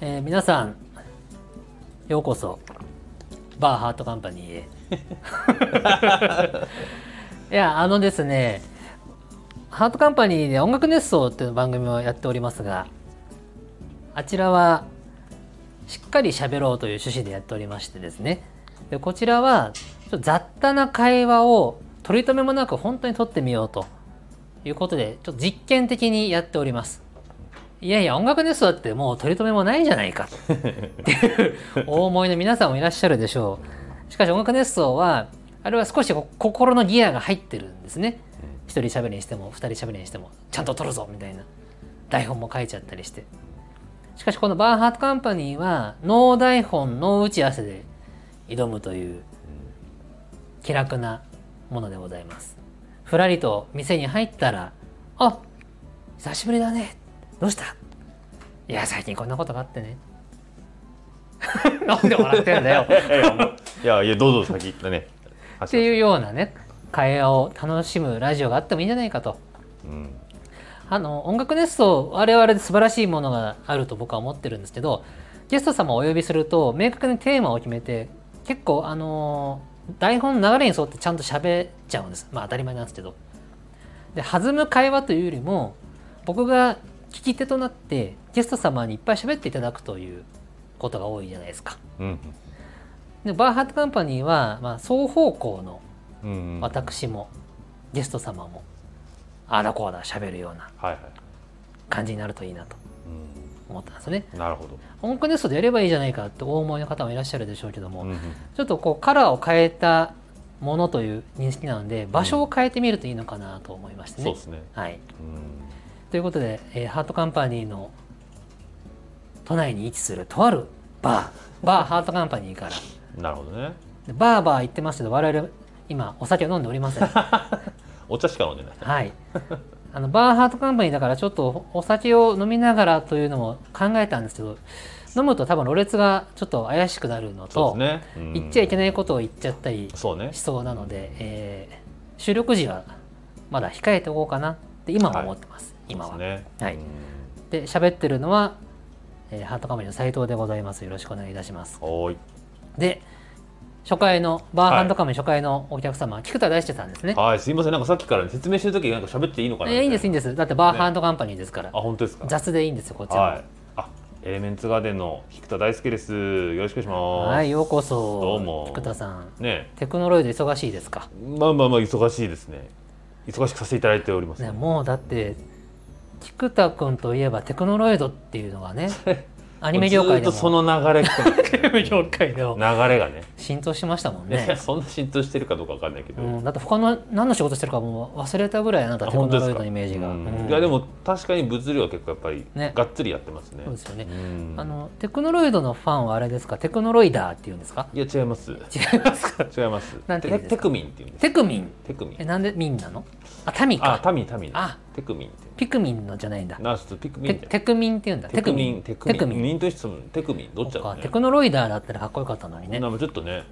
えー、皆さんようこそバーハートカンパニーへいやあのですねハートカンパニーで「音楽熱奏」っていう番組をやっておりますがあちらはしっかり喋ろうという趣旨でやっておりましてですねでこちらはちょっと雑多な会話を取り留めもなく本当に取ってみようということでちょっと実験的にやっておりますいやいや音楽熱奏だってもう取り留めもないじゃないか お思いの皆さんもいらっしゃるでしょうしかし音楽熱奏はあれは少しこ心のギアが入ってるんですね一人喋りにしても二人喋りにしてもちゃんと撮るぞみたいな台本も書いちゃったりしてしかしこのバーハートカンパニーはノー台本ノー打ち合わせで挑むという気楽なものでございますふらりと店に入ったら「あ久しぶりだねどうした?」「いや最近こんなことがあってね」 なんで笑ってんだよ いやいやどうぞ先だね。っていうようなね会話を楽しむラジオがあってもいいんじゃないかとうん。あの音楽熱奏我々素晴らしいものがあると僕は思ってるんですけどゲスト様をお呼びすると明確にテーマを決めて結構あのー台本の流れに沿ってちゃんと喋っちゃうんですまあ当たり前なんですけどで弾む会話というよりも僕が聞き手となってゲスト様にいっぱい喋っていただくということが多いじゃないですかうん。でバーハートカンパニーは、まあ、双方向のうん。はい私もゲスト様もああだこうだ喋るようなはい。感じになるといいなと思ったんですね。うん。なるほど。音楽ネストでやればいいじゃないかってお思いの方もいらっしゃるでしょうけども、うん。ちょっとこうカラーを変えたものという認識なので場所を変えてみるといいのかなと思いましてね。そうですね。はい、うん。ということで、えーハートカンパニーの都内に位置するとあるバーバーハートカンパニーからなるほどね。でバーバー言ってますけど我々今お酒を飲んでおりません。お茶しか飲んでない。はい。 あのバーハートカンパニーだからちょっとお酒を飲みながらというのも考えたんですけど飲むと多分ろれつがちょっと怪しくなるのそと、うですね。言っちゃいけない。ないことを言っちゃったりそうねし。そうなので、えー収録時はまだ控えておこうかなって今も思ってます、今そうは。ですね。はいうん。で喋ってるのは、えーハートカンパニーの斉藤でございますよろしくお願いいたします。おーい。で初回のバーハートカンパニー初回のお客様、菊田大輔さんですね。はい。すいません。なんかさっきから説明してる時なんか喋っていいのかな。えーいいんですいいんでですだってバーハートカンパニーですから。あ本当ですか。雑でいいんですよこちらはい。あエレメンツガーデンの菊田大輔です。よろしくお願いしはます。い、ようこそどうも菊田さんねテクノロイド忙しいですか、え。まあまあまあ忙しいですね。忙しくさせていただいております。ね、もうだって菊田君といえばテクノロイドっていうのが ねアニメ業界でずーもっとその流れ来てますねアニメ業界でも 流れがね浸透しましたもんねね、 そんな浸透してるかどうかわかんないけうど、ん、だって他の何の仕事してるかもう忘れたぐらいあなたあテクノ本当ロイですドかのイメージが、うんうんいやでも確かに物量は結構やっぱり、ねがっつりやってますねそうですよね、うんあのテクノロイドのファンはあれですかテクノロイダーっていうんですかいや違います違違いますかいますなんて言テうんですかテクミンっていうんですテクミンテクミえンなんでミンなのあ民あかタミンタミンあテクミンってピクミンのじゃないんだナースとピクミテンじゃないテクミンって言うんだテクミンテテクミンクミンミンとしてもテクミンどっちそっだろかうねテクノロイダーだったらかっこよかったのにねなんかちょっとね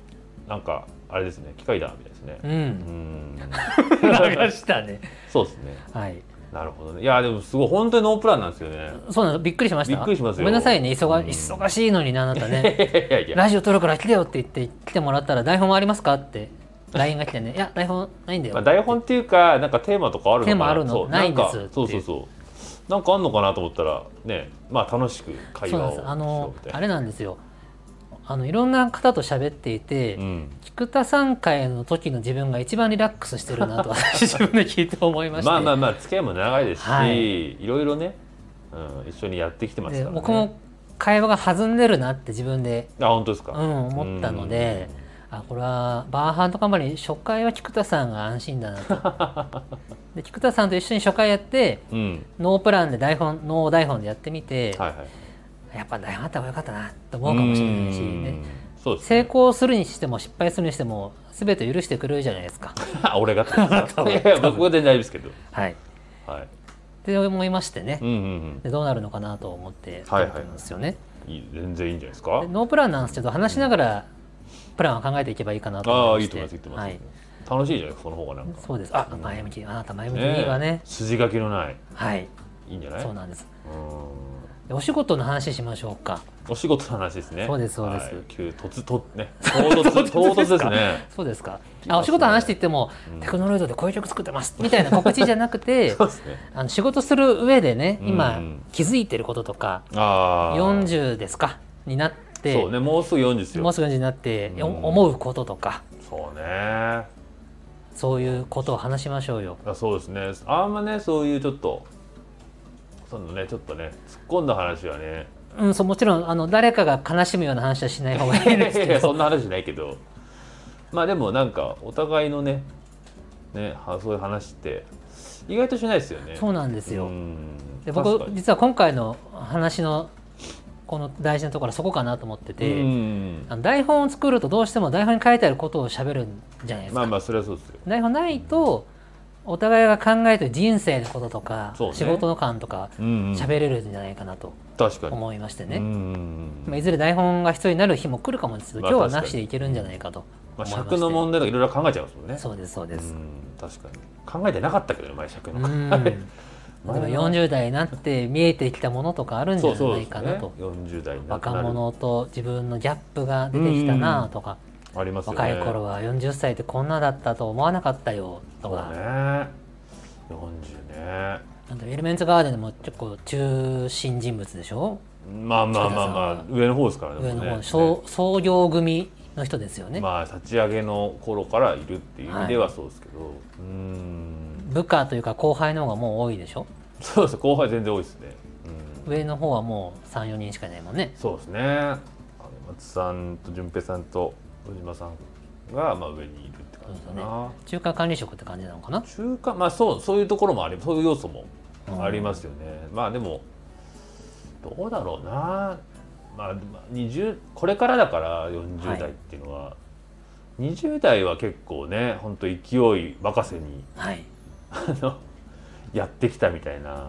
なんかあれですね機械だみたいですねううんん 流したね そうですねはいなるほどねいやでもすごい本当にノープランなんですよねそうなのびっくりしましたびっくりしますよごめんなさいね忙,、うん忙しいのになあなたねいやいやいやラジオ撮るから来てよって言って来てもらったら台本はありますかって LINE が来てねいや台本ないんだよ、 まあ、台本っていうかなんかテーマとかあるのかなテーマあるのそうないんですなんっかてそうそうそうなんかあんのかなと思ったらねまあ楽しく会そうなん話をでしすあのようみたいなあれなんですよあのいろんな方と喋っていて、うん、菊田さん会の時の自分が一番リラックスしてるなと私自分で聞いて思いましたまあまあまあ付き合いも長いですし、、はいろいろね、うん、一緒にやってきてますでから、ね、僕も会話が弾んでるなって自分で、あ本当ですか、うん、思ったのであこれはバーハントカンパニー初回は菊田さんが安心だなと で菊田さんと一緒に初回やってうん、うんノープランで台本ノー台本でやってみて、はいはいやっぱ台本あった方がよかったなと思うかもしれないし、うねん、そうです成ね功するにしても失敗するにしても全て許してくれるじゃないですか 俺がですかい やいや 僕は全然大丈夫ですけどはいっはいて思いましてね、うんうんでどうなるのかなと思ってはいはい撮ったんですよね、うんいい全然いいんじゃないですかでノープランなんですけど話しながらプランを考えていけばいいかなとああ思ーいいいと思まいますしいいてと思います、はい楽しいじゃないその方がなんかそうですあうん前向きあなた前向きにいいわね筋書きのないはいいいんじゃないそうなんですうんでお仕事の話しましょうかお仕事の話ですね。そうですそうですはい急突とね、 唐突唐突ですね。そうですかいますねあお仕事の話って言っても、うんテクノロイドでこういう曲作ってますみたいな告知じゃなくて そうですね。あの仕事する上でね今、うん気づいてることとかああ。 40ですかになってそうね、もうすぐ40ですよ。もうすぐ40になって、うんお思うこととかそうね。あそういうことを話しましょうよ。そうですね。あんまね、そういうちょっと、そのね、ちょっとね、突っ込んだ話はね、うん、そうもちろんあの誰かが悲しむような話はしない方がいいですけそどんな話ないけど、まあでもなんかお互いのね、ね、はそういう話って意外としないですよね。そううなんですよ。んで確僕かに実は今回の話のこの大事なところはそこかなと思ってて、うんあの台本を作るとどうしても台本に書いてあることをしゃべるんじゃないですか。まあまあそれはそうですよ。台本ないとお互いが考えてる人生のこととか、そうね仕事の感とかうんうん、喋れるんじゃないかなと確かに。思いましてね。うんうんうんまあ、いずれ台本が必要になる日も来るかもですけど、まあ今確日かはになしでいけるんじゃないかとま思いまあ、して尺の問題とかいろいろ考えちゃいますもんね。そうですそうですう、ん確かに考えてなかったけどね前尺うのん考え でも40代になって見えてきたものとかあるんじそうゃそうなでいすかねなと、 40代にな若者と自分のギャップが出てきたなとか、ありますよね若い頃は40歳ってこんなだったと思わなかったよとそうねか、 40ねなんかエレメンツガーデンでも結構中心人物でしょまあまあまあまあ上の方ですからね上のもう方、ね創創業組の人ですよね、まあ立ち上げの頃からいるっていう意味ではそうですけど、うん部下というか後輩の方がもう多いでしょそうです後輩全然多いですね、うん上の方はもう34人しかいないもんねそうですねあの松さんと淳平さんと小島さんがまあ上にいるって感じかな、中間管理職って感じなのかな中間まあそうそういうところもありそういう要素もうんありますよね、まあでもどうだろうなまあ20これからだからはい40代っていうのは、20代は結構ね本当勢い任せにはいあのやってきたみたいな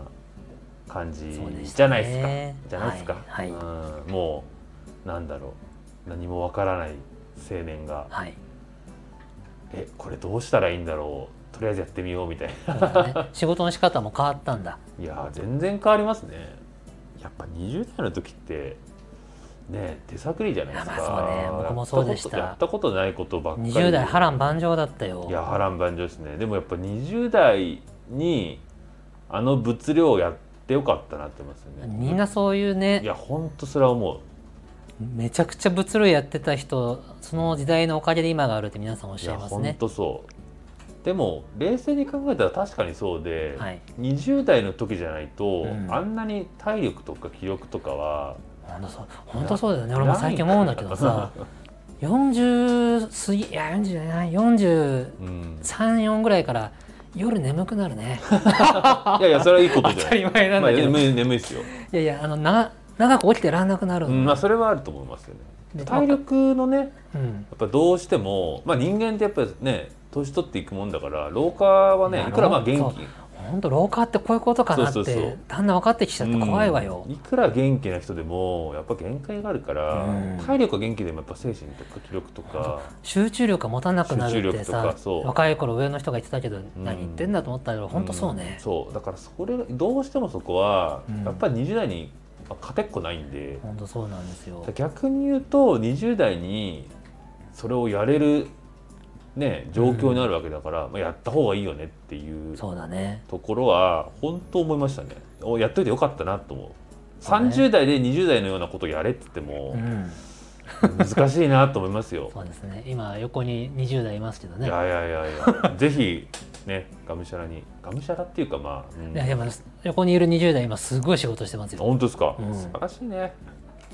感じそうでしたねじゃないですか、じゃないですか、はいうんもうなんだろう何もわからない青年がはいえこれどうしたらいいんだろうとりあえずやってみようみたいなそうだ ね仕事の仕方も変わったんだいやー全然変わりますねやっぱ20代の時ってね手探りじゃないですかいやまあそうね僕もそうでしたやったことやったことないことばっかり20代波乱万丈だったよいや波乱万丈ですねでもやっぱ20代にあの物量をやってよかったなって思いますよねみんなそういういねやほんとそれは思うめちゃくちゃ物類やってた人その時代のおかげで今があるって皆さんおっいしゃやいますほんねとそうでも冷静に考えたら確かにそうで、はい20代の時じゃないと、うんあんなに体力とか気力とかは本当そう本当そうだよね俺も最近思うんだけどさ40過ぎいや40じゃないうん、 434ぐらいから夜眠くなるねいやいやそれはいいことじゃない当たり前なんだけど、まあ、眠い眠いですよ、いやいやあのな長く起きてらんなくなるうのんまあ、それはあると思いますよでね体力のねやうんっぱどうしても、まあ、人間ってやっぱりね年取っていくもんだから老化はねいやいくらまあ老元そう本当老化ってこういうことかなってそうそうそうだんだん分かってきち気ゃって怖いわよ、うんいくら元気な人でもやっぱ限界があるから、うん体力は元気でもやっぱ精神とか気力とか集中力が持たなくなるって集中力さとかそう若い頃上の人が言ってたけど何言ってんだと思ったけど、本当そうねん、そうだからそれどうしてもそこは、うんやっぱり20代にまあ勝てっこないんで、本当そうなんですよ逆に言うと20代にそれをやれる、ね、状況になるわけだから、まあ、やった方がいいよねっていうそうだねところは本当思いましたねおやっといてよかったなと思うそうね30代で20代のようなことやれって言ってもうん難しいなと思いますよ、 そうですね今横に20代いますけどいねやいやいやいやぜひねがむしゃらにがむしゃらっていうかまあ、うんいやでも横にいる20代今すごい仕事してますよ本当ですか、うん素晴らしいね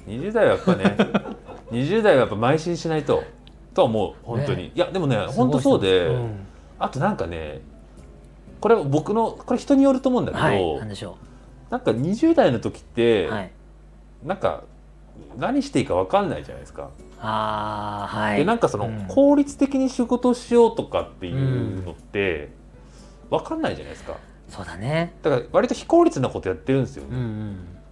20代はやっぱね 20代はやっぱ邁進しないととは思う本当に、ねいやでもね本当そうで、んあとなんかねこれ僕のこれ人によると思うんだけど、はいなんでしょなんか20代の時って、うはいなんか何していいか分かんないじゃないですか、ああはいでなんかその、うん効率的に仕事をしようとかっていうのって、分かんないじゃないですかそうだねだから割と非効率なことやってるんですようんね、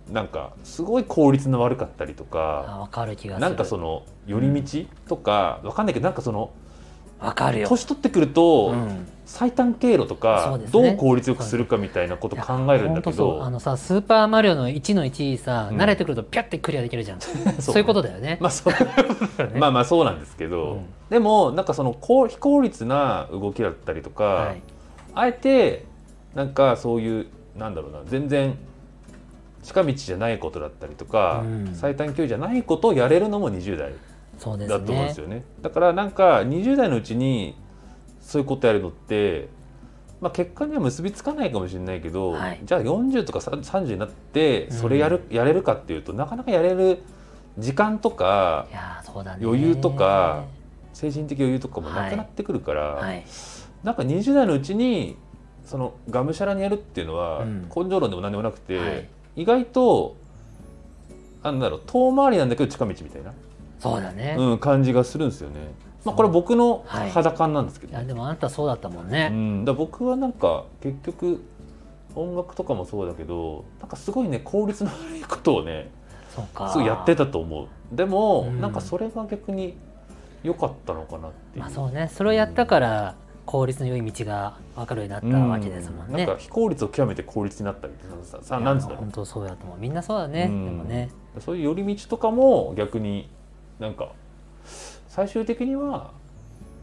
うんなんかすごい効率の悪かったりとかあ分かる気がするなんかその寄り道とか、わかんないけどなんかそのわかるよ、年取ってくると、うん、最短経路とそうか、ですねどう効率よくするかみたいなこと考えるんだけいや本当そうあどのさ「スーパーマリオ」の1の1さ、うん慣れてくるとピャッてクリアできるじゃんそう,、 そういうことだよね。まあそう ねまあまあそうなんですけど、うんでもなんかその高非効率な動きだったりとか、はいあえてなんかそういうなんだろうな全然近道じゃないことだったりとか、うん最短距離じゃないことをやれるのも20代そうですだと思うんねですよねだからなんか20代のうちにそういうことやるのって、まあ、結果には結びつかないかもしれないけど、はいじゃあ40とか30になってそれやる、やれるかっていうとなかなかやれる時間とかいやーそうだね余裕とか精神的余裕とかもなくなってくるから、はい、なんか20代のうちにそのがむしゃらにやるっていうのは、うん根性論でも何でもなくて、はい意外とあなんだろう遠回りなんだけど近道みたいな。そうだね、いうん、感じがするんですよね。まあ、これ僕のはい肌感なんですけど、やでもあなたそうだったもんうね、ん、だから僕はなんか結局音楽とかもそうだけどなんかすごいね効率の悪いことをねそうかすごいやってたと思うでも、うんなんかそれが逆に良かったのかなっていう,、まあそうねそれをやったから効率の良い道が分かるようになったうんわけですもんね、なんか非効率を極めて効率になったりとかささいやなんつうんだろ本当そうやと思うみんなそうだね、うんでもねうそういう寄り道とかも逆になんか最終的には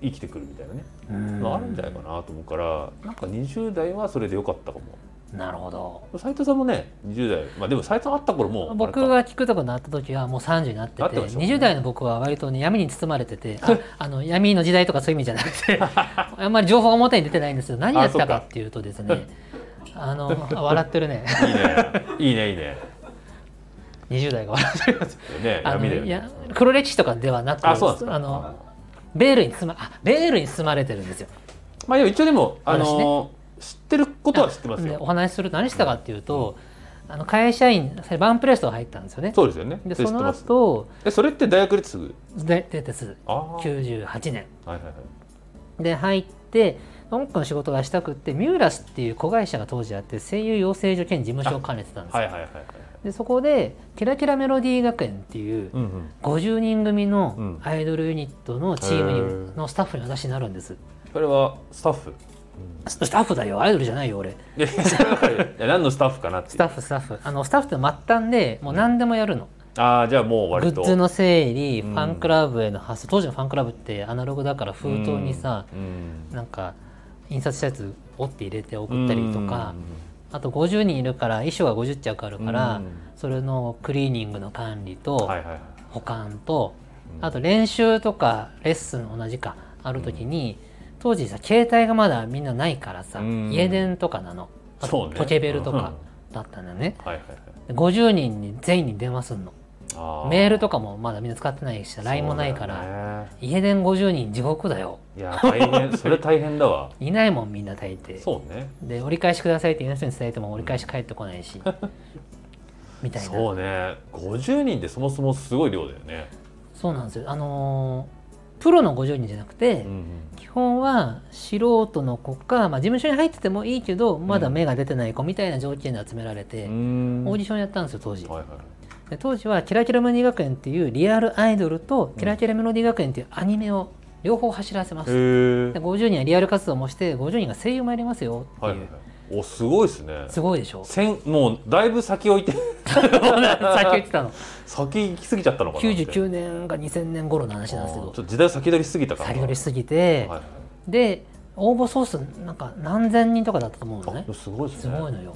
生きてくるみたいなねうんまあ、あるんじゃないかなと思うからなんか20代はそれで良かったかもなるほど斉藤さんもね20代まあでも斉藤あった頃もう僕あれかが聞くとこになった時はもう30になっててなってましたもんね20代の僕は割とね闇に包まれて てああの闇の時代とかそういう意味じゃなくてあんまり情報が表に出てないんですけど何やってたかっていうとですね あのあ笑ってるねいいねいいねいいね20代が笑ってるねあの闇だいよねや黒歴史とかではなくあそうなんですかあのベールに包まあベールに包まれてるんですよまあでも一応でもあ私ねの知ってることは知ってますでおよ話しすると何したかっていうと、あの会社員バンプレストが入ったんですよねそうですよねでそれそ知ってのます後えそれって大学ですぐで出てすああはい98年はいはいで入って音楽の仕事がしたくってミューラスっていう子会社が当時あって声優養成所兼事務所を兼ねてたんですよ、はいはいはいはいでそこでキラキラメロディー学園っていううんうん50人組うのんアイドルユニットのチームにへーのスタッフに私になるんです、それはスタッフスタッフだよアイドルじゃないよ俺いやいやそれはわかるよいや何のスタッフかなってスタッフスタッフあのスタッフって末端でもう何でもやるの、ああじゃあもうグ割とッズの整理フうんァンクラブへの発送当時のファンクラブってアナログだから封筒にさ、うんうんなんか印刷したやつ折って入れて送ったりとか、うんあと50人いるから衣装が50着あるから、うんそれのクリーニングの管理とはいはいはい保管と、うんあと練習とかレッスン同じかある時に、当時さ携帯がまだみんなないからさ、うん家電とかなのあそとうねポケベルとかだったんだよね、はいはいはいで50人に全員に電話すんのあメールとかかもまだみんな使ってないし LINE もないから、ら、家電50人地獄だよいや 大変それ大変だわいないもんみんな大抵そうねで折り返しくださいって言う人に伝えても折り返し返ってこないし みたいなそうね50人ってそもそもすごい量だよね、そうなんですよあのープロの50人じゃなくて、うん基本は素人の子か、まあ、事務所に入っててもいいけどまだ芽が出てない子みたいな条件で集められて、うん、オーデじィションやったんですよ当時、はいはで当時は「キラキラメロディ学園」っていうリアルアイドルと「キラキラメロディ学園」っていうアニメを両方走らせまいす、へでえ50人はリアル活動もして50人が声優もやりますよっていはう、いはいはいおすごいですねすごいでしょ千もうだいぶ先置いて さっき言ってたの 先行き過ぎちゃったのかな99年か2000年頃の話あなんですけーちょっどと時代先取りしすぎたかな先取りしすぎて、はいで応募総数なんか何千人とかだったと思うのはいねあすごいですすねごいのよう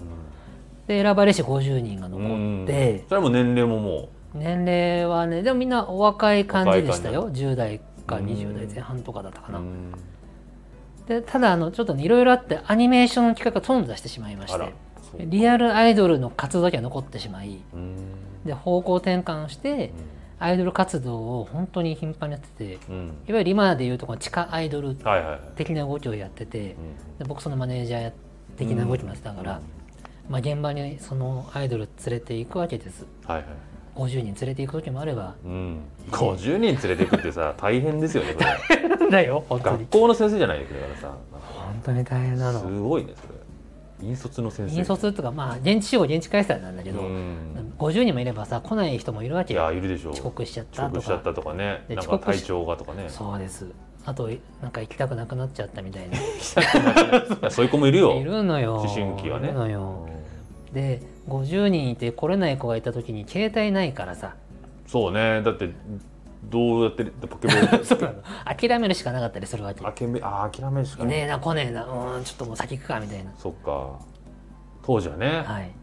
で選ばれし50人がん残っうてんそれはもう年齢ももう年齢はねでもみんなお若い感じでしたおよ10代かうん20代前半とかだったかな、うんでただあのちょっといろいろあってアニメーションの企画が頓挫してしまいましあらてそうリアルアイドルの活動だけは残ってしまいうんで方向転換してアイドル活動を本当に頻繁にやっててうんうんいわゆる今でいうとこの地下アイドルはいはいはい的な動きをやってて、うんで僕そのマネージャー的な動きもやってたから、まあ、現場にそのアイドル連れていくわけですはいはい50人連れていく時もあればうん、50人連れてくっ てさ大変ですよねこれだよ本学校の先生じゃないですだからさ本当に大変なのすごいねそれ引率の先生引率とかまあ現地集合現地開催なんだけど、うん50人もいればさ来ない人もいるわいけよやいるでしょう遅刻しちゃった遅と刻しちゃかったとかねでなん遅か刻し体調がとかねそうですあとなんか行きたくなくなっちゃったみたいなそういう子もいるよいるのよ思春期はねいるのよで50人いて来れない子がいた時に携帯ないからさそうねだってどうやってポケモ ンそうなの諦めるしかなかったりするわけあけめあ諦めるしかない、ねえな来ねえなうーんちょっともう先行くかみたいなそっか当時はね、はいうん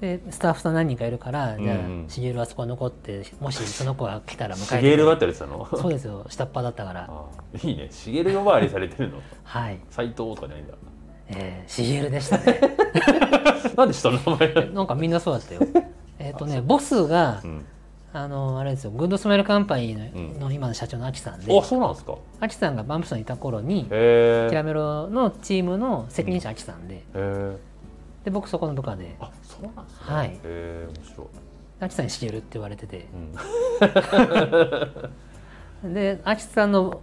でスタッフさん何人かいるからじゃうんうんあしげるはそこに残ってもしその子が来たら迎えてシゲルはってやってたの そうですよ下っ端だったからあいいねシゲル呼ばわりされてるの はい斎藤とかじゃないんだえー、しげるでしたねなんで下の名 前なのなんかみんなそうだった よえっとねボスがうんあのあれですよグッドスマイルカンパニーの,、うんの今の社長のアキさんであそうなんですかアキさんがバンプさんいた頃にへキえラメロのチームの責任者アキさんでへえで僕そこの部下であそうなんですねはいへえ面白い、アキさんにしげるって言われててうん、でアキさんの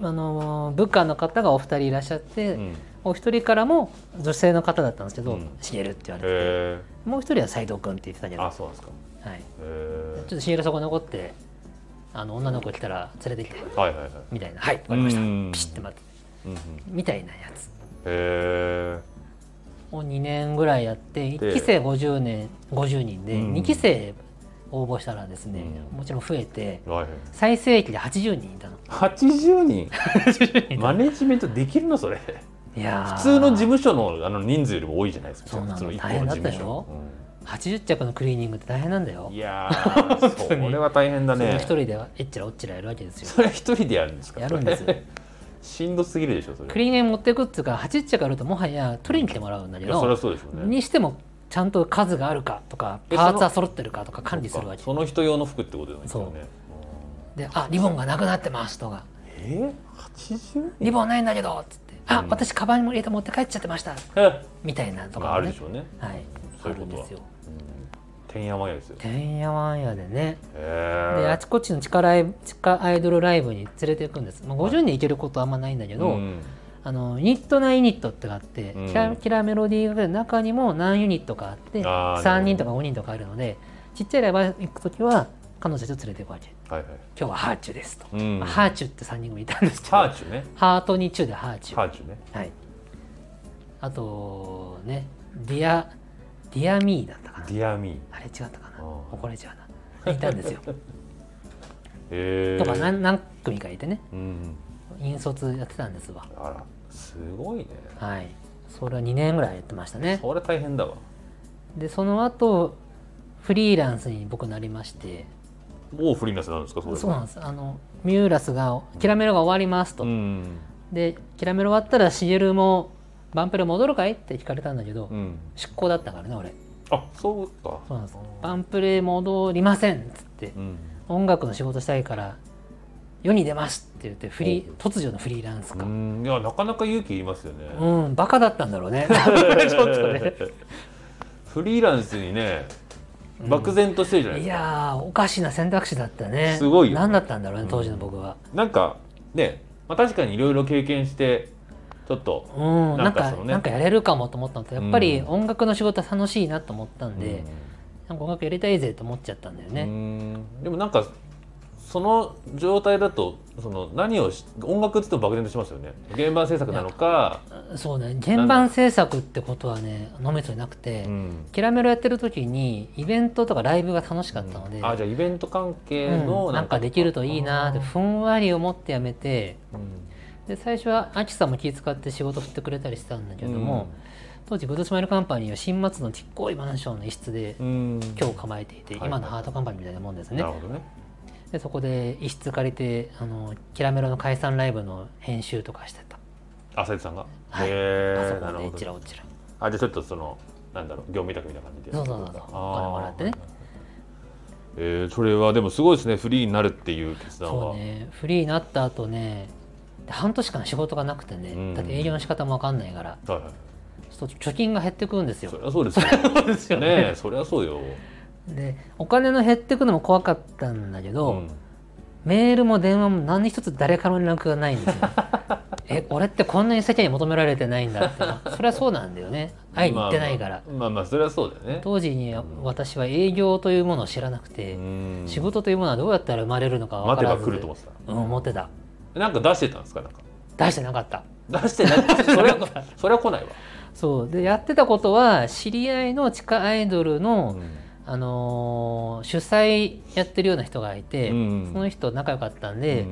あの部下の方がお二人いらっしゃ って、うんへお一人からも女性の方だったんですけどうん「しげる」って言われてえもう一人は斎藤君って言ってたけど、はあい、ちそうなんですかょへっとしげるそこ残ってあの女の子来たら連れてきてえはいはいはいみたいな「はいわかりました」うんピシッて待ってうんうんへみたいなやつえを2年ぐらいやってで1期生50年50人でうん2期生応募したらですねうんもちろん増えてはいはい最盛期で80人いたの。 80人人マネジメントできるのそれいやー普通の事務所のあの人数よりも多いじゃないですかそうなの普通の一個大変のだ事ったよ務所、 80着のクリーニングって大変なんだようん。いやー当にそれは大変だそのね一人ではえっちらおっちらやるわけですよ。それは一人でやるんですかやるんです よしんどすぎるでしょそれクリーニング持っていくっていうか80着あるともはや取りに来てもらうんだけいやそれどは、そうでしょうねにしてもちゃんと数があるかとかえパーそツのは揃ってるかとか管理するわけそっかその人用の服ってことですよねで「あリボンがなくなってます」とかうんえ八80 「人リボンないんだけど」っつって「あうん私カバンに入れて持って帰っちゃってましたえ」みたいなとまかもああねるでしょうねはいそあういるうこんとはですよてんやまんやですよてんやわんやでねでへあちこちの地下ライブ地下アイドルライブに連れていくんです、まあ、50人行けることはあんまないんだけえど、あのユニットなユニットってがあって、うんキラキラメロディーが中にも何ユニットかあってあー3人とか5人とかいるのでちっちゃいライブ行く時は彼女たちを連れていくわけはいはい今日はハーチューですと、うんまあハーチューって3人組いたんですけどハーチュねハートにチューでハーチュー、ハーチュねはい、あとねディアディアミーだったかなディアミーあれ違ったかなあー怒られちゃうないたんです よへえとか何何組かいてねうん引率やってたんですわあらすごいねはいそれは2年ぐらいやってましたねそれ大変だわでその後フリーランスに僕なりましてもうフリーランスなんですかそれそうなんですあのミューラスが「キラメロが終わりますと」うんで「キラメロ終わったらシエルもバンプル戻るかい?」って聞かれたんだけど、うん執行だったからね俺あそうかそうなんですバンプレ戻りませんっつって、うん音楽の仕事したいから世に出ますって言ってフリー突如のフリーランスうか、うんんいやなかなか勇気いりますよねバカだったん だろう ねちょっとねフリーランスにね漠然としてるじゃないいですか、やーおかしな選択肢だったねすごいよね何だったんだろうね当時の僕は、なんかね、まあ、確かにいろいろ経験してちょっと、うん、ななんんかかなそんのか、ねやれるかもと思ったのとやっぱりうん音楽の仕事は楽しいなと思ったんで、ねなんか音楽やりたいぜと思っちゃったんだよね、でもなんかその状態だとその何をし音楽って言っても漠然としますよね現場制作なのか、そうね鍵盤制作ってことはねのめつになくて、うんキラメロやってる時にイベントとかライブが楽しかったので、あじゃあイベント関係うのんなんかできるといいなーってふんわり思ってやめてで最初はアキさんも気遣って仕事振ってくれたりしてたんだけども、当時グッドスマイルカンパニーは新松戸のちっこいマンションの一室でうん、今日構えていて、はい今のハートカンパニーみたいなもんですねなるほどねでそこで一室借りてあのキラメロの解散ライブの編集とかしてたあ斉藤さんが、はいへあえそなるこでほちらどおちらあじゃあちょっとそのなんだろう業務委託みたいな感じでそうそうそうそうお金もらってねえー、それはでもすごいですねフリーになるっていう決断そはうねフリーになった後ねで半年間仕事がなくてね、うんだって営業の仕方も分かんないからはいはいそう貯金が減ってくるんですよそりゃそうですよ そうですよねえそりゃそうよ、でお金の減ってくのも怖かったんだけど、うんメールも電話も何一つ誰からの連絡がないんですよ え俺ってこんなに世間に求められてないんだってまあそれはそうなんだよね会いに行ってないから、まあまあ、まあまあそりゃそうだよね当時に私は営業というものを知らなくて、うん仕事というものはどうやったら生まれるのか分か待てらばず来ると思ってたうん思ってたなんか出してたんですかなんか 出してなかった出してないそれはそれは来ないわ、そうでやってたことは知り合いの地下アイドルの、あのー主催やってるような人がいて、うんその人仲良かったんうんで、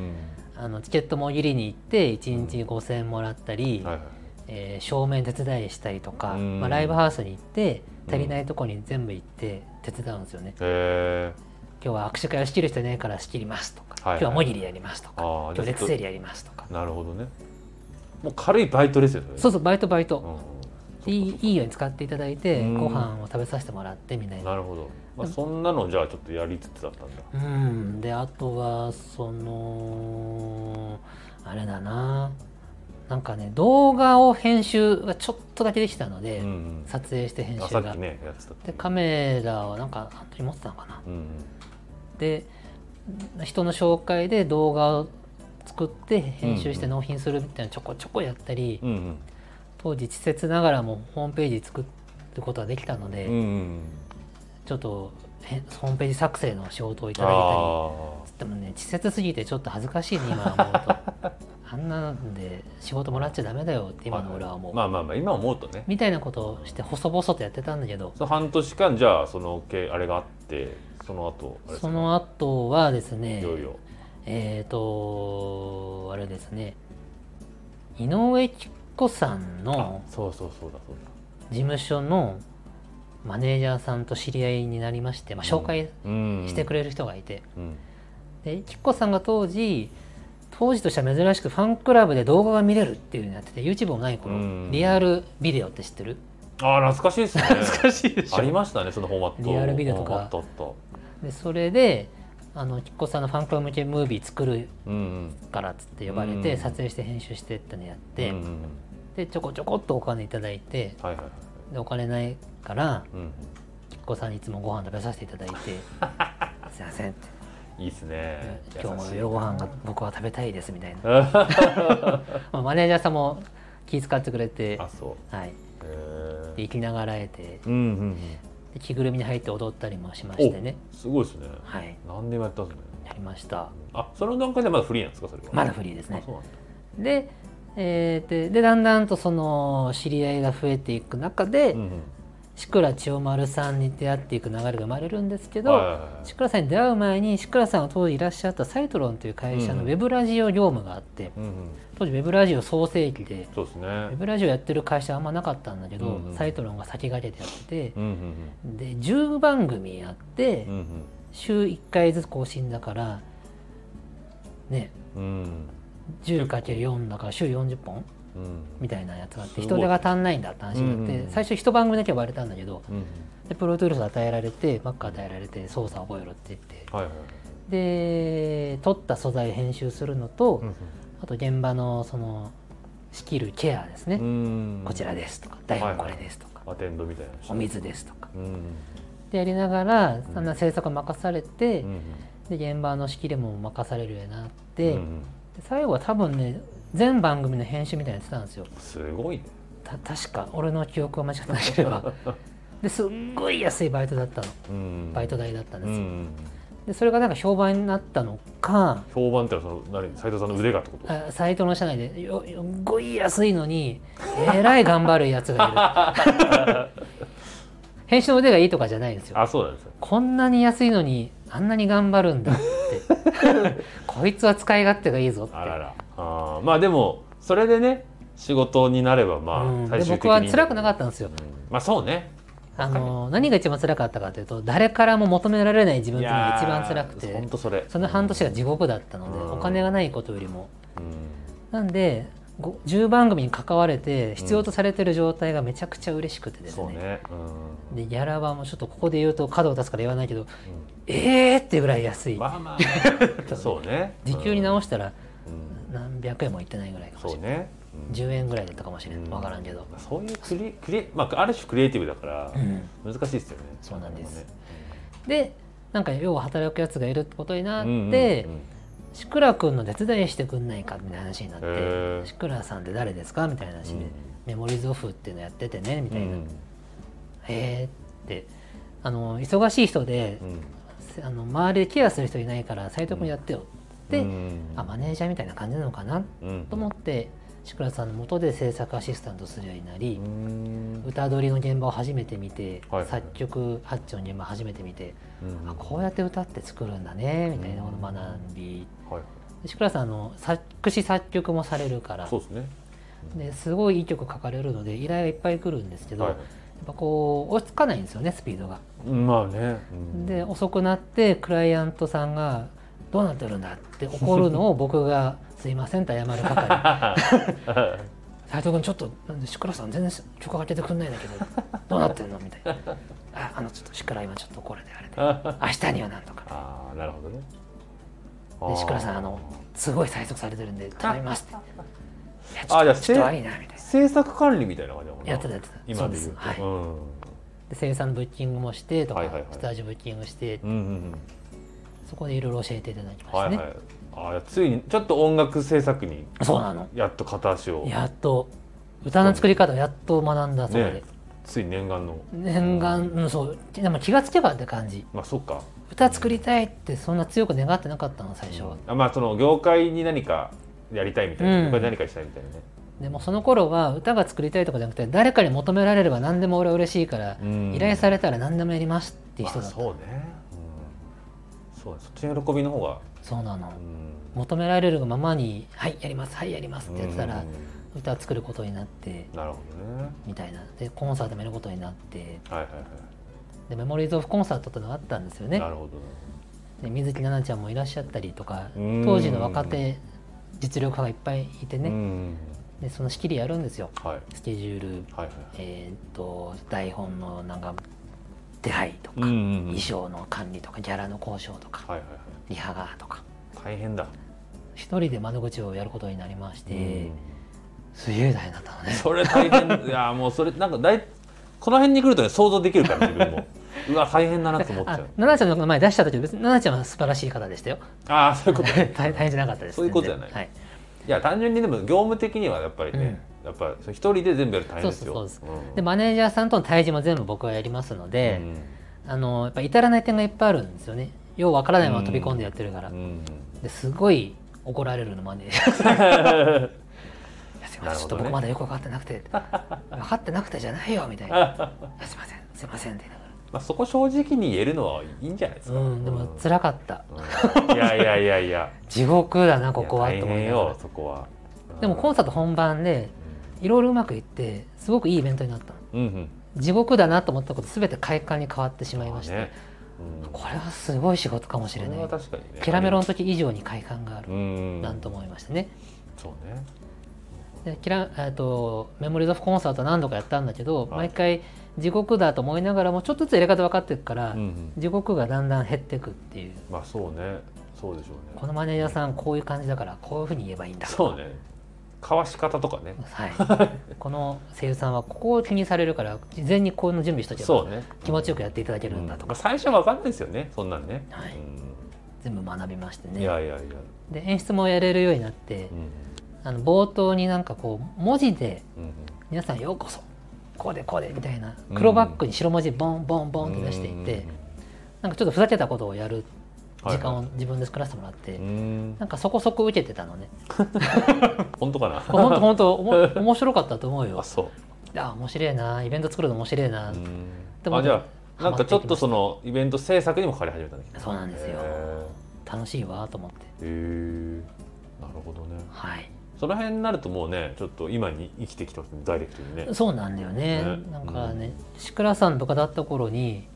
あのチケットも売りに行って1日5,000円もらったり、はいはいえー照明手伝いしたりとか、うんまあ、ライブハウスに行って足りないとこに全部行って手伝うんですよね。へえ今日は握手会を仕切る人いないから仕切りますとか、はいはい今日はもぎりやりますとかああ今日列整理やりますとかなるほどねもう軽いバイトですよねそうそうバイトバイうんト、でいいいいように使っていただいて、うんご飯を食べさせてもらってみたいな。なるほど、まあ、そんなのじゃあちょっとやりつつだったんだうん、であとはそのあれだななんかね動画を編集がちょっとだけできたので、うんうん撮影して編あ集さが、っきねやってたでカメラをなんかあの時持ってたのかなうんうんで人の紹介で動画を作って編集してうん納品するみたいなちょこちょこやったり、うんうん当時稚拙ながらもホームページ作ることができたので、うんうんちょっとへホームページ作成の仕事をいただいたりあでもね稚拙すぎてちょっと恥ずかしいね今思 うとあんなんで仕事もらっちゃダメだよってー今の俺は思う、まあまあまあ今思うとねみたいなことをして細々とやってたんだけどその半年間じゃあそのけあれがあってその後あれですそかの後はですねいよいよえっ、とあれですね井上貴子さんあのそうそうそうだそうだ事務所のマネージャーさんと知り合いになりまして、まあ、紹介してくれ、れる人がいて、うん、できっこさんが当時当時としては珍しくファンクラブで動画が見れるっていうのやってて YouTube もない頃うんリアルビデオって知ってるあー懐かしいですね 懐かしいでしょありましたねそのフォーマットリアルビデオとかあったあったでそれであのきっこさんのファンクラブ向けムービー作るうんうんからっつって呼ばれうてん撮影して編集してってのやって、うんうんうんでちょこちょこっとお金いただいてはいはいはいでお金ないからうんうんきっこさんにいつもご飯食べさせていた だいて「すいません」っていいですね「今日も夜ご飯が僕は食べたいです」みた いな、がまあマネージャーさんも気遣ってくれて あ、そうはい、へーで生きながらえてうんうんうんで着ぐるみに入って踊ったりもしましてねすごいですねはい何でもやったんですねやりましたあその段階でまだフリーなんですかそれはまだフリーですねあそうなんだで,、えーででだんだんとその知り合いが増えていく中で、うんうんシクラ千代丸さんに出会っていく流れが生まれるんですけはいどはいはいシクラさんに出会う前にシクラさんが当時いらっしゃったサイトロンという会社のうウんェブラジオ業務があって、うんうん当時ウェブラジオ創世期でそうですウねェブラジオやってる会社あんまなかったんだけど、うんうんサイトロンが先駆けてやっててう、んうんで10番組やって、うんうん週1回ずつ更新だからねうん1 0四だから週40本うんみたいなやつがあっすごてい人手が足んないんだって話になって、うんうん最初一番組だけ呼ばれたんだけどうんうんでプロトゥールス与えられて Mac 与えられて操作覚えろって言ってはいはいはいで撮った素材編集するのと、あと現場のその仕切るケアですね、うんうんこちらですとか台は本いはこいれですとか、アテンドみたいなお水ですとかうんでやりながらそんな制作任されてう、んで現場の仕切りも任されるようになっうんて。うんで最後は多分ね全番組の編集みたいなのやってたんですよすごいねた確か俺の記憶が間違ってなけれ ばですっごい安いバイトだったのうんバイト代だったんうですよ、んでそれがなんか評判になったのか評判ってのはその何斉藤さんの腕がってことあサイトの社内でよよすっごい安いのにえらい頑張るやつがい る編集の腕がいいとかじゃないんですよあそうなんですよこんなに安いのにあんなに頑張るんだって こいつは使い勝手がいいぞってあららあーまあでもそれでね仕事になればまあ、うん、最で終的僕には辛くなかったんですようんまあそうねあの何が一番辛かったかというと誰からも求められない自分っていうのが一番辛く本て当それその半年が地獄だったので、うんお金がないことよりもうんなんでご10番組に関われて必要とされてる状態がめちゃくちゃ嬉しくてですそうね,、ねうんでギャラはもうちょっとここで言うと角を出すから言わないけどえーってぐらい安うんいまあま あそうね時給に直ししたらうん何百円もいってないぐらいかもしそうれない、ねうん10円ぐらいだったかもしれないうん分からんけど、そういうクリクリまあある種クリエイティブだからうん難しいですよねそうなんですねでなんか要は働くやつがいるってことになって、うんうんうんシクラ君の手伝いしてくんないかみたいな話になっへて「ーシクラさんって誰ですか?」みたいな話で、うんメモリーズオフっていうのやっててね」みたいな「うんへえ」ってあの忙しい人で、うんあの周りでケアする人いないから斎藤君やってよってて、うんあマネージャーみたいな感じなのかなうんと思って志倉さんの元で制作アシスタントするようになり、うん歌取りの現場を初めて見て、はい作曲発注の現場を初めて見て、うんあこうやって歌って作るんだねみたいなことを学びはい志倉さんあの作詞作曲もされるからそうですねですごいいい曲書かれるので依頼がいっぱい来るんですけど、はいやっぱこう追いつかないんですよねスピードが。うんまあねうんで遅くなってクライアントさんが「どうなってるんだ」って怒るのを僕が「すいません」と謝る 係斉藤君ちょっと志倉さん全然曲が出てくんないんだけどどうなってんの?」みたいな「ああのちょっと志倉今ちょっと怒られてあれで明日にはなんとか」ああなるほどねで志倉さんあーあのすごい催促されてるんで頼みます」って「いやちょあっじゃあとちょっと悪いな」みたいな制作管理みたいな感じだもんなやってたやってた今で言うそうですとうんで声優さんのブッキングもしてとか、はいはいはいスタジオブッキングしてうんうんそこでいろいろ教えていただきましはたね、いはいああついにちょっと音楽制作にそうなのやっと片足をやっと歌の作り方をやっと学んだそうで、ねつい念願の念願、うん、そうでも気がつけばって感じまあそっか歌作りたいってそんな強く願ってなかったの最初は、あまあその業界に何かやりたいみたいな、うん業界で何かしたいみたいなねでもその頃は歌が作りたいとかじゃなくて誰かに求められれば何でも俺は嬉しいから、うん依頼されたら何でもやりますっていう人あだったそうね、うん、そうだそっちの喜びの方がそうなのうん求められるままに「はいやりますはいやります」ってやってたら、うん歌作ることになってなるほどねみたいなでコンサートもやることになってはいはいはでメモリーズ・オフ・コンサートってのがあったんですよい、ねなるほどねで水木奈々ちゃんもいらっしゃったりとかうん当時の若手実力派がいっぱいいてうね、んでその仕切りやるんですよはいスケジュールはいはいえーっと台本のなんか手配とか、うんうんうん衣装の管理とかギャラの交渉とかはいはいはいリハがとか大変だ、一人で窓口をやることになりまして、うんすげえ大変だったのねそれ大変いやもうそれなんかだいこの辺に来るとね想像できるから自 分もうわ大変だなと思っちゃあう奈々ちゃんの名前出した時別に奈々ちゃんは素晴らしい方でしたよ ああーそういうこと大 大変じゃなかったですそういうことじゃない全然はい、いや単純にでも業務的にはやっぱりね、やっぱり一人で全部やると大変ですよそうそううんでマネージャーさんとの対峙も全部僕がやりますので、あのやっぱ至らない点がいっぱいあるんですよねようわからないまま飛び込んでやってるから、うんうんですごい怒られるのマネージャーさん いやすいません、ちょなるほっどとね僕まだよく分かってなくて分かってなくてじゃないよみたい ないやすいませんすいませんって言いながまあ、そこ正直に言えるのはいいんじゃないですからううんんでも辛かったうんいやいやいやいや地獄だ なここはいやと大思い変ながらよそこはでもコンサート本番でいろいろうまくいってすごくいいイベントになったのうんうん地獄だなと思ったこと全て快感に変わってしまいまして、ねうんこれはすごい仕事かもしそれれないは確かにねキャラメロの時以上に快感がある、うんなんと思いましたねそうねでキラえっとメモリーズ・オフ・コンサート何度かやったんだけど、はい毎回地獄だと思いながらもちょっとずつやり方分かっていくから、うんうん地獄がだんだん減っていくっていうまあそうねそうでしょうねこのマネージャーさんこういう感じだからこういうふうに言えばいいんだそうねかわし方とかねはい、この声優さんはここを気にされるから事前にこういうの準備しとけそうばね気持ちよくやっていただけるんだとうか、んまあ最初は分かんないですよねそんなんねはいうん全部学びましていねやいやいやで演出もやれるようになって、うんあの冒頭になんかこう文字でうんうん「皆さんようこそこうでこうで」みたいな黒バックに白文字ボンボンボンって出していて。なんかちょっとふざけたことをやる時間を自分で作らせてもらって、うんうんうんなんかそこそこ受けてたの ね。本当かな本当本当おも面白かったと思うあよ。そうあ面白いなイベント作るの面白いな、でもあじゃあなんかちょっとそのイベント制作にも変わり始めたねそうなんですよへ楽しいわと思ってえへえなるほどねはいその辺になるともうねちょっと今に生きてきてますねダイレクトにね、そうなんだよねねなんかね志倉さんとかだった頃に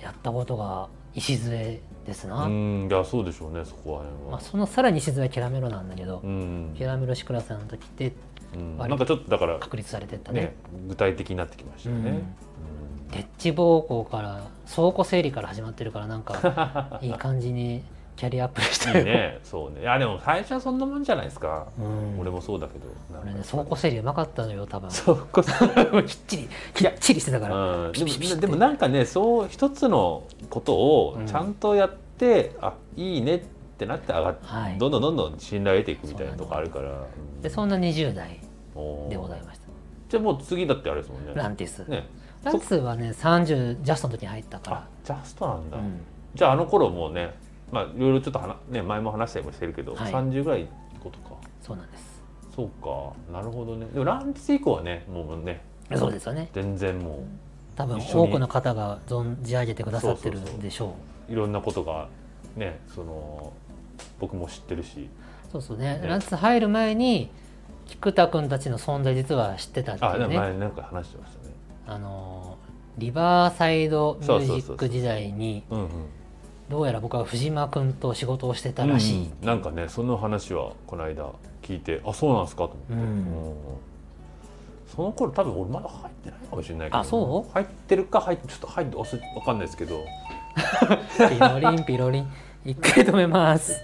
やったことが礎ですうな、ん、うんいやそうでしょうねそこら辺は、まあ、そのさらに礎はキャラメロなんだけど、うんキャラメロ志倉さんの時ってうん、割となんかちょっとだから確立されてったねね具体的になってきましたよね、うん デッチ暴行から倉庫整理から始まってるからなんかいい感じにキャリアアップしたいよいねそうねいやでも最初はそんなもんじゃないですか、うん俺もそうだけど俺ね倉庫整理うまかったのよ多分きそうこそっちりきっちりしてたからうんでピシピシっもてでもなんかねそう一つのことをちゃんとやって、あいいねってなって上がって、はいどんどんどんどん信頼を得ていくみたいなとこあるからでそんな20代でございすましじゃあもう次だってあれですもんねたランティスねランティスはね30ジャストの時に入ったあかジャストなんだ、らうんじゃああの頃もうねまあいろいろちょっとはな、ね、前も話したりもしてるけど、はい30ぐらいってことかそうなんですそうかなるほどねでもランチ以降はねもうねそうですよね全然も多分一緒に多くの方が存じ上げてくださってるそうそうそんうでしょうういろんなことがねその僕も知ってるしそうそうねねランツ入る前に菊田君たちの存在実は知ってたってあいでうもねあ前なんか話してましたねのリバーサイドミュージック時代にうんうんどうやら僕は藤間君と仕事をしてたらしい、うんなんかねその話はこの間聞いてあそうなんですかと思って、うんうんその頃多分俺まだ入ってないかもしれないけど、あそう入ってるか入ってちょっと入ってわかんないですけどピロリンピロリン一回止めます